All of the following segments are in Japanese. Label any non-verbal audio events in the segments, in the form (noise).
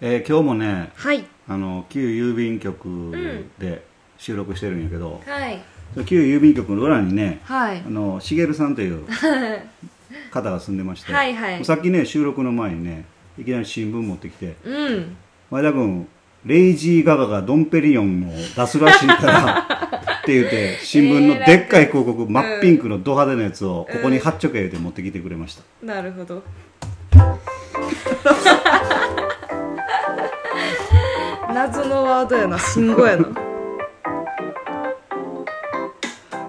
えー今日もねはいあの旧郵便局で収録してるんやけど、はいその旧郵便局の裏にねはいあのしげるさんという方が住んでましてはいはいさっきね収録の前にねいきなり新聞持ってきてうん前田君レイジー・ガガがドンペリオンを出すらしいから (laughs) って言って新聞のでっかい広告、真っピンクのド派手なやつをここに発着入れて持ってきてくれました、なるほど (laughs) 謎のワードやな信号やな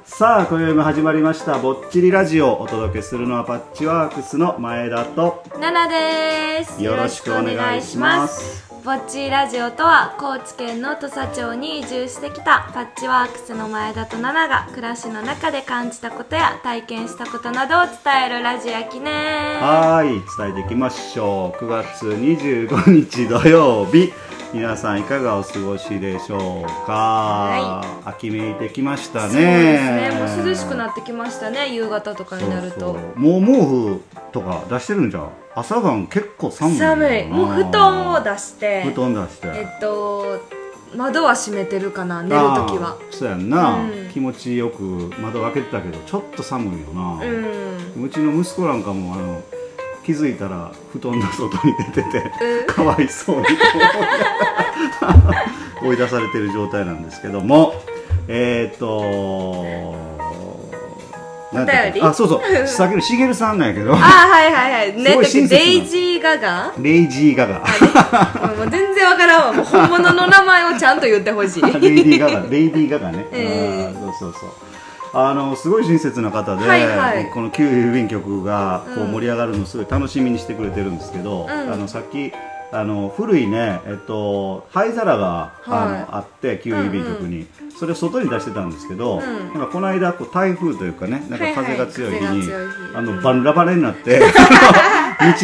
さあ今宵も始まりました「ぼっちりラジオ」お届けするのはパッチワークスの前田とナナですよろしくお願いしますぼっちラジオとは高知県の土佐町に移住してきたパッチワークスの前田とナナが暮らしの中で感じたことや体験したことなどを伝えるラジオ記念はーい伝えていきましょう9月25日土曜日皆さんいかがお過ごしでしょうか、は秋めいてきましたねそうですねもう涼しくなってきましたね夕方とかになるとそうそうもう毛布とか出してるんじゃん朝晩結構寒い寒いもう布団を出して布団出してえっと窓は閉めてるかな寝るときはあーそうやんな、うん気持ちよく窓開けてたけどちょっと寒いよな、うんうちの息子なんかもあの気づいたら布団の外に出てて、かわいそうに (laughs) 追い出されてる状態なんですけどもえー、っとなんだっおけ便りあそうそうさっきのしげるさんなんやけどあーはいはいはいすねごいだけ親切どなレイジー・ガガレイジー・ガガあれもう全然わからんわもう本物の名前をちゃんと言ってほし (laughs) いレイディー・ガガ、レイディー・ガガね。ええあーそうそうそう。あのすごい親切な方で、はいはいこの旧郵便局がこううん盛り上がるのすごい楽しみにしてくれてるんですけど、んあのさっきあの古いね、えっと、灰皿が、はいあのあって旧郵便局に、それを外に出してたんですけど、んなんかこの間こう台風というかねなんか風が強い日に、はいはい風が強い日あのバラバラにな (laughs) って、道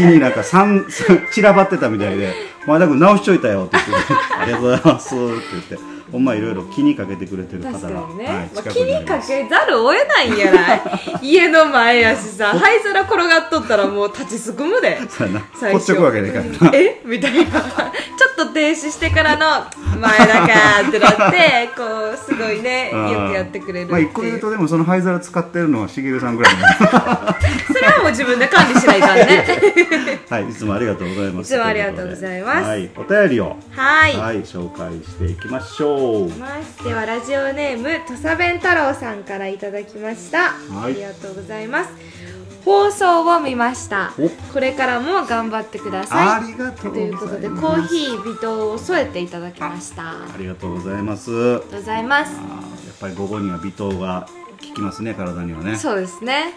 になんか散散らばってたみたいで「前田君直しといたよ」って言って「ありがとうございます」って言ってほんまいろいろ気にかけてくれてる方確かが、にね、はい、まあ、近く気にありにかますけざるを得ないんやない (laughs) 家の前やしさ灰皿転がっとったらもう立ちすくむでそうやな最ほっ初ちょくわけでいかんなえみたいなちょっと停止してからの前だかーってな (laughs) ってこうすごいねあーよくやってくれるっていう、まあ一個言うとでもその灰皿使ってるのはしげるさんぐらいなんでそれはもう自分で管理しないか (laughs) らねはいいつもありがとうございますいつもありがとうございますということではい、お便りをはい、はい、紹介していきましょうますではラジオネーム土佐弁太郎さんからいただきました、はいありがとうございます放送を見ましたおこれからも頑張ってくださあいりがとうとございいますうことでコーヒー微糖を添えていただきましたありがありがとうございますとうございますあーやっぱり午後には微糖が効きますね体にはねそうですね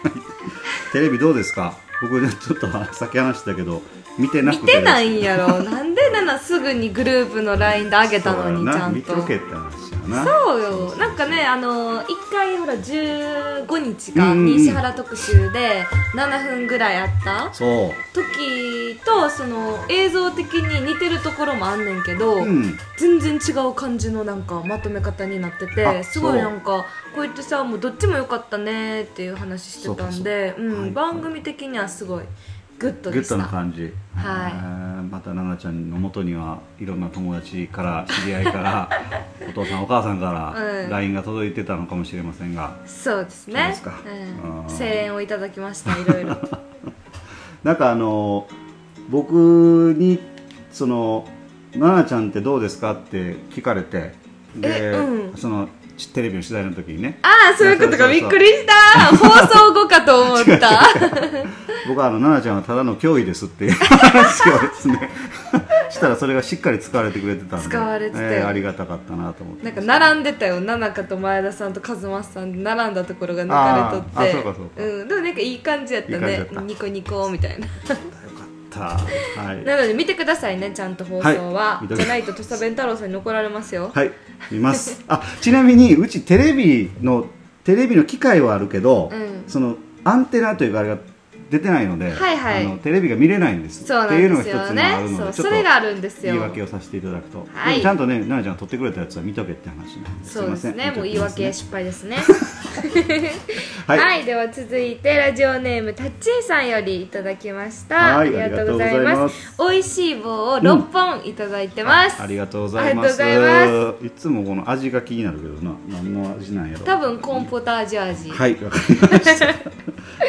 テレビどうですか僕ねちょっとあさっき話したけど見てな見くててないんやろなんでななすぐにグループの LINE であげたのにちゃんとそうやな見とけって話やなそうよなんかねあの一回ほら15日うんかうんうんに石原特集で7分ぐらいあったそう時とその映像的に似てるところもあんねんけど、うん全然違う感じのなんかまとめ方になってあてすごいそうなんかこうやってさもうどっちも良かったねっていう話してたんでそうかそうかうんはい番組的にはすごいグッドグでッしドたな感じ、はいえーまた奈々ちゃんの元にはいろんな友達から知り合いから (laughs) お父さんお母さんかうらん LINE が届いてたのかもしれませんが、そうですそうでねすかうんあー声援をいただきましたいろ (laughs) いろなんかあの僕にその奈々ちゃんってどうですかって聞かれてで、えうんそのテレビの取材の時にねああそういうことそうそうそうかびっくりした放送後かと思った (laughs) 僕はあの奈々ちゃんはただの脅威ですっていう (laughs) 話をですね (laughs) したらそれがしっかり使われてくれてたんで使われてたよえーありがたかったなと思ってなんか奈並んでたよ奈々香と前田さんと和正さんで並んだところが抜かれとってあーあそうかそうかん、でもなんかいい感じやったいい感じねやったニコニコみたいな良かったはい、なので見てくださいねちゃんと放送は、はい見とけじゃないと土佐弁太郎さんに怒られますよ、はい、見ますあちなみにうちテレビのテレビの機械はあるけど、うんそのアンテナというかあれが出てないので、はいはいあのテレビが見れないんですそうなんでっすていうのが一よつのあねるのそでちうょそっとれがあるんですよ言い訳をさせていただくと、はいでもちゃんとね奈々ちゃんが取ってくれたやつは見とけって話なんですそうですいまねせんもう言い訳失敗ですね (laughs) は、はいいでは続いてラジオネームタッチーさんよりいただきました、はいありがとうござありがといますうございます美味しい棒を6本いただいてます、ありがとうございますありがとうございいつもこの味が気になるけどな何の味なんやろ多分コーンポタージュ味、はいわかりました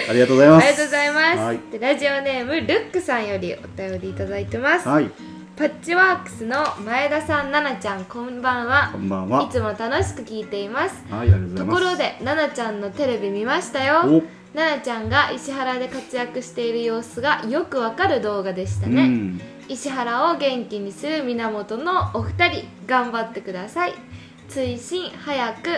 ありがとうございあますりがとうございます、はいでラジオネームルックさんよりお便りいただいてます、はいパッチワークスの前田さん奈々ちゃんこんばんはこんばんはいつも楽しく聞いていますはいありがとうござといこますろで奈々ちゃんのテレビ見ましたよお奈々ちゃんが石原で活躍している様子がよくわかる動画でしたうね、ん石原を元気にする源のお二人頑張ってください追伸早く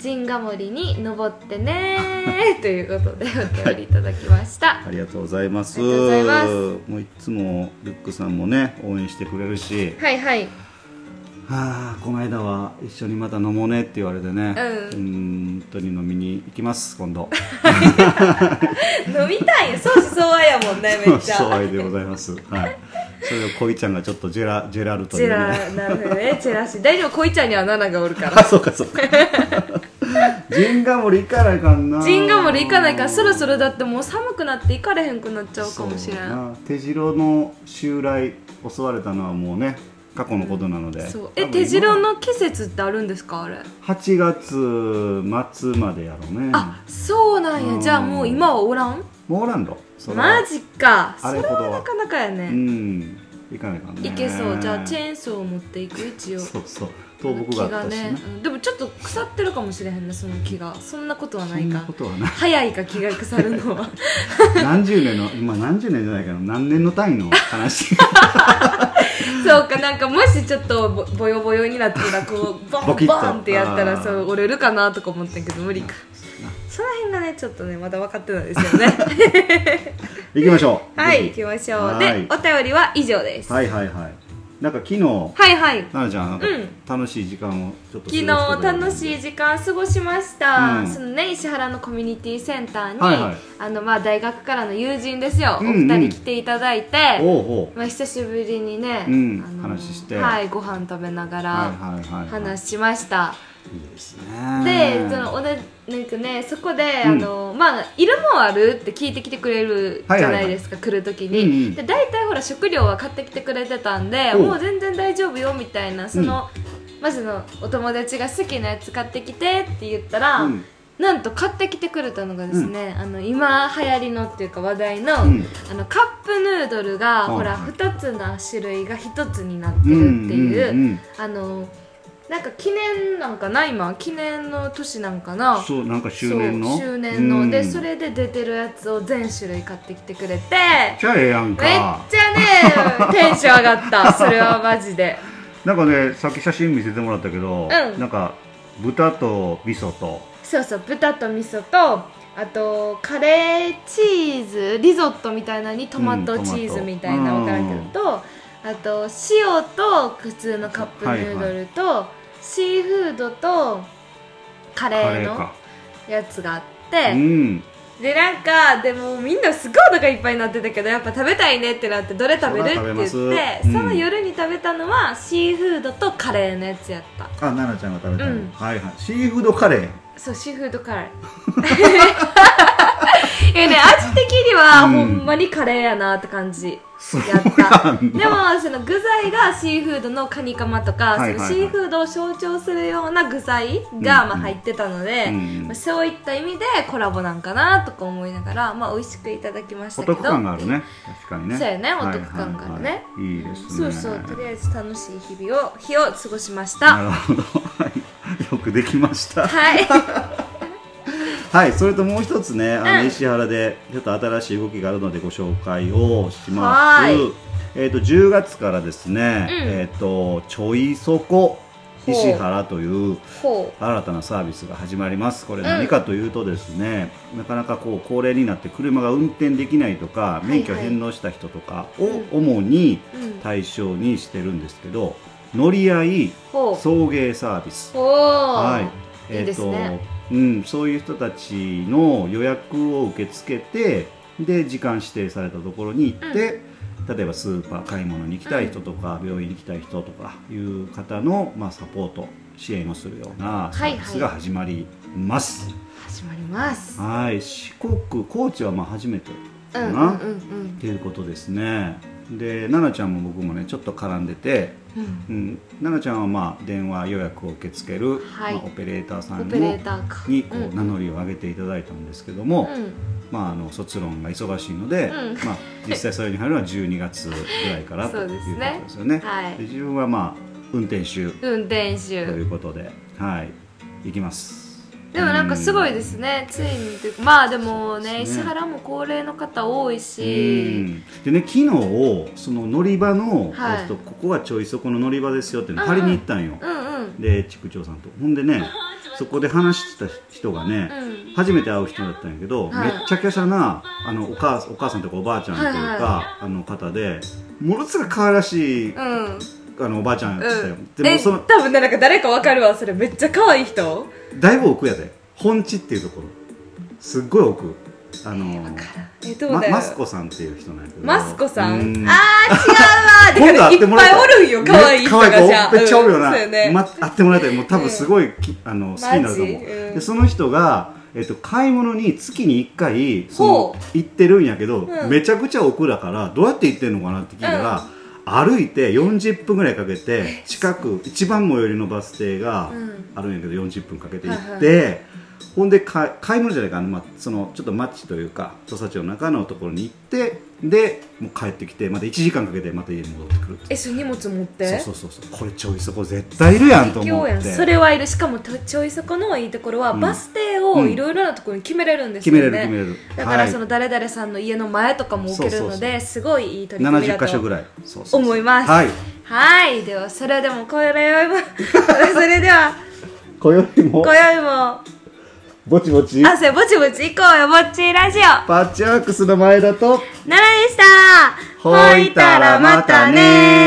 陣ヶ森に登ってね (laughs) ということでお便りいただきました、ありがとうございますありがとうございますもういつもルックさんもね応援してくれるしはいはいはあこの間は一緒にまた飲もうねって言われてねうんん本当に飲みに行きます今度飲みたいよ相思相愛やもんね (laughs) めっちゃ (laughs) そう愛でございますはいそれをこいちゃんがちょっとジェラジェラルとチいうェねラなるほどねチェラシ大丈夫こいちゃんにはナナがおるかあらそうか (laughs) そうかジンガモリ行かないかんな陣ヶ森行かないからそろそろだってもう寒くなって行かれへんくなっちゃうかもしれそんうやな手城の襲来襲われたのはもうね過去のことなので、そう多え分今手白の季節ってあるんですかあれ、 8月末までやろうねあそうなんうやんじゃあもう今はおらんモーランドそれはマジかそあれれほどははなかなかやうねん行かないかんねいけそうじゃあチェーンソーを持っていく一応そうそう倒木があったしね木がうんでもちょっと腐ってるかもしれへんねその木がそんなことはそなんいなかことはない早いか木が腐るのは (laughs) 何十年の今何十年じゃないけど何年の単位の (laughs) 話そうかなんかもしちょっとぼぼよぼよになってたらこうボ (laughs) ボキンッとボンってやったあらーそう折れるかなとか思ったけど無理かその辺がねちょっとねまだ分かってないですよね (laughs) 行きましょうはい、行ぜきひましょう。はでい、お便りは以上です。ははいはいはいなんか昨日奈いはい。々ちゃんなんかうん楽しい時間をちょっと昨日楽しいい時間過ごしました、うんそのね石原のコミュニティセンターに、はいはいあのまあ大学からの友人ですよ、うんうんお二人来ていただいて、おうおうまあ、久しぶりにね、うんあの話してはいご飯食べながらはいはいはいはい話しました、いいですねでそのおねなんかねそこで、うんあのまあいるもんあるって聞いてきてくれるじゃないですか、来る時に、うんうんで大体ほら食料は買ってきてくれてたんでおうもう全然大丈夫よみたいなその、まずのお友達が好きなやつ買ってきてって言ったら、うんなんと買ってきてくれたのがですね、あの今流行りのっていうか話題の,、うんあのカップヌードルが、はいほらはい2つの種類が1つになってるっていう,、うんうんうんあのなんか記念なんかな今記念の年なんかなそうなんか周年のそう周年の、うんでそれで出てるやつを全種類買ってきてくめれてっちゃええやんめっかち (laughs) ゃねテンション上がったそれはマジでなんかねさっき写真見せてもらったけど、うんなんか豚と味噌とそうそう豚と味噌とあとカレーチーズリゾットみたいなのにトマうトんトマチトーズみたいなうん分からんけどと、あと塩と普通のカップヌードルと、シーフードとカカレーレーのかやつがあって、うんでなんかでもみんなすごいお腹いっぱいになってたけどやっぱ食べたいねってなってどれ食べるってそら食べ言っまてすそ,、うんの夜に食べたのはシーフードとカレーのやつやったあ奈々ちゃんが食べたの、うんはいはいシーフードカレーそうシーフードカ (laughs) レーいやね味的にはうんほんまにカレーやなって感じすごいやった、やんなでもその具材がシーフードのカニカマとか、はいはいはいそのシーフードを象徴するような具材うがんまあ入ってたので、うんまあ、そういった意味でコラボなんかなとか思いながら、まあ、美味しくいただきましたおけど得感があるね確かにねそうやねお得感があるねはいはいはい、いいですねそうそうとりあえず楽しい日々を日を過ごしましなたるほどはいよくできましたはい (laughs) はいそれともう一つねあうのん石原でちょっと新しい動きがあるのでご紹介をしまはすーいえっ、と10月からですね、うんえっ、とちょいそこほう石原というほ新たなサービスが始まりますこれ何かというとですね、なかなかこう高齢になって車が運転できないとかいはい免許返納した人とかを主にう、うん、対象にしてるんですけど乗り合いほうほ送迎サービスう、はいいいですねうん、そういう人たちの予約を受け付けてで時間指定されたところに行って、例えばスーパー買い物に行きたい人とか、病院に行きたい人とかいう方の、まあ、サポート支援をするようなサービスが始まります。始まりますはい四国高知はまあ初めてうかんうな、んうんっていうことですねで奈々ちゃんも僕もねちょっと絡んでて、うんうん、奈々ちゃんはまあ電話予約を受け付ける、はいまあ、オペレーターさうんオんペレのーターかにこうんう名乗りを上げていただいたんですけども、うんまあ、あの卒論が忙しいので、うんまあ、実際それに入るのは12月ぐらいからとそいううこですとねですよね。はいで自分はまあ運転手運と転い手うことで、はい、行きます。でもなんかすごいすですねついにというかまあでもねそうです石ね原も高齢の方多いうしんでね昨日その乗り場の、はいえっとここがちょいそこの乗り場ですよっていうのをうんうん借りに行ったんよ、うんうんで地区長さんとほんで (laughs) ねそこで話してた人がね、うん初めて会う人だったんやけど、はめいっちゃ華奢なあのお母お母さんとかおばあちゃんというか、はいあの方でものすごい可愛らしい、うんあのおばあちゃんやってたよ、うん、でえもそ多の分ねなんか誰かわかるわそれめっちゃ可愛い人だいぶ奥やで本地っていうところすっごい奥あの、えどうまだよ、マスコさんっていう人なんやけどマスコさんうああ違う今度わだから会いってもっらいぱいたおるんよ可愛い人可が愛いじゃあ子めっちゃおるようんな、そうよね、ま、会ってもらいたいもう多分すごい、きあの好きになると思う、マジうんでその人が、えっと、買い物に月に1回そほの行ってるんやけど、うんめちゃくちゃ奥だからどうやって行ってんのかなって聞いたら、歩いて40分ぐらいかけて近く一番最寄りのバス停がうんあるんやけど40分かけて行っはて、ほんでか買い物じゃないかあの、まあ、そのちょっと町というか土佐町の中のところに行ってでもう帰ってきてまた1時間かけてまた家に戻ってくるえそれ荷物持ってそうそうそうそうこれちょいそこ絶対いるやんと思今日っやんてそれはいるしかもちょいそこのいいところは、うんバス停をいろいろなところに決めれるんです決めよねれる決めれるだからそはの誰々さんの家の前とかも置けるのでそうそうすごいいい取い、り組みだ70と箇所ぐらいそうそうそう思いますはいはいではそれでも今宵も (laughs) それでは今宵も今宵もぼちぼち汗ぼちぼち行こうよぼっちラジオパッチワークスの前だと奈良でしたほいたらまたね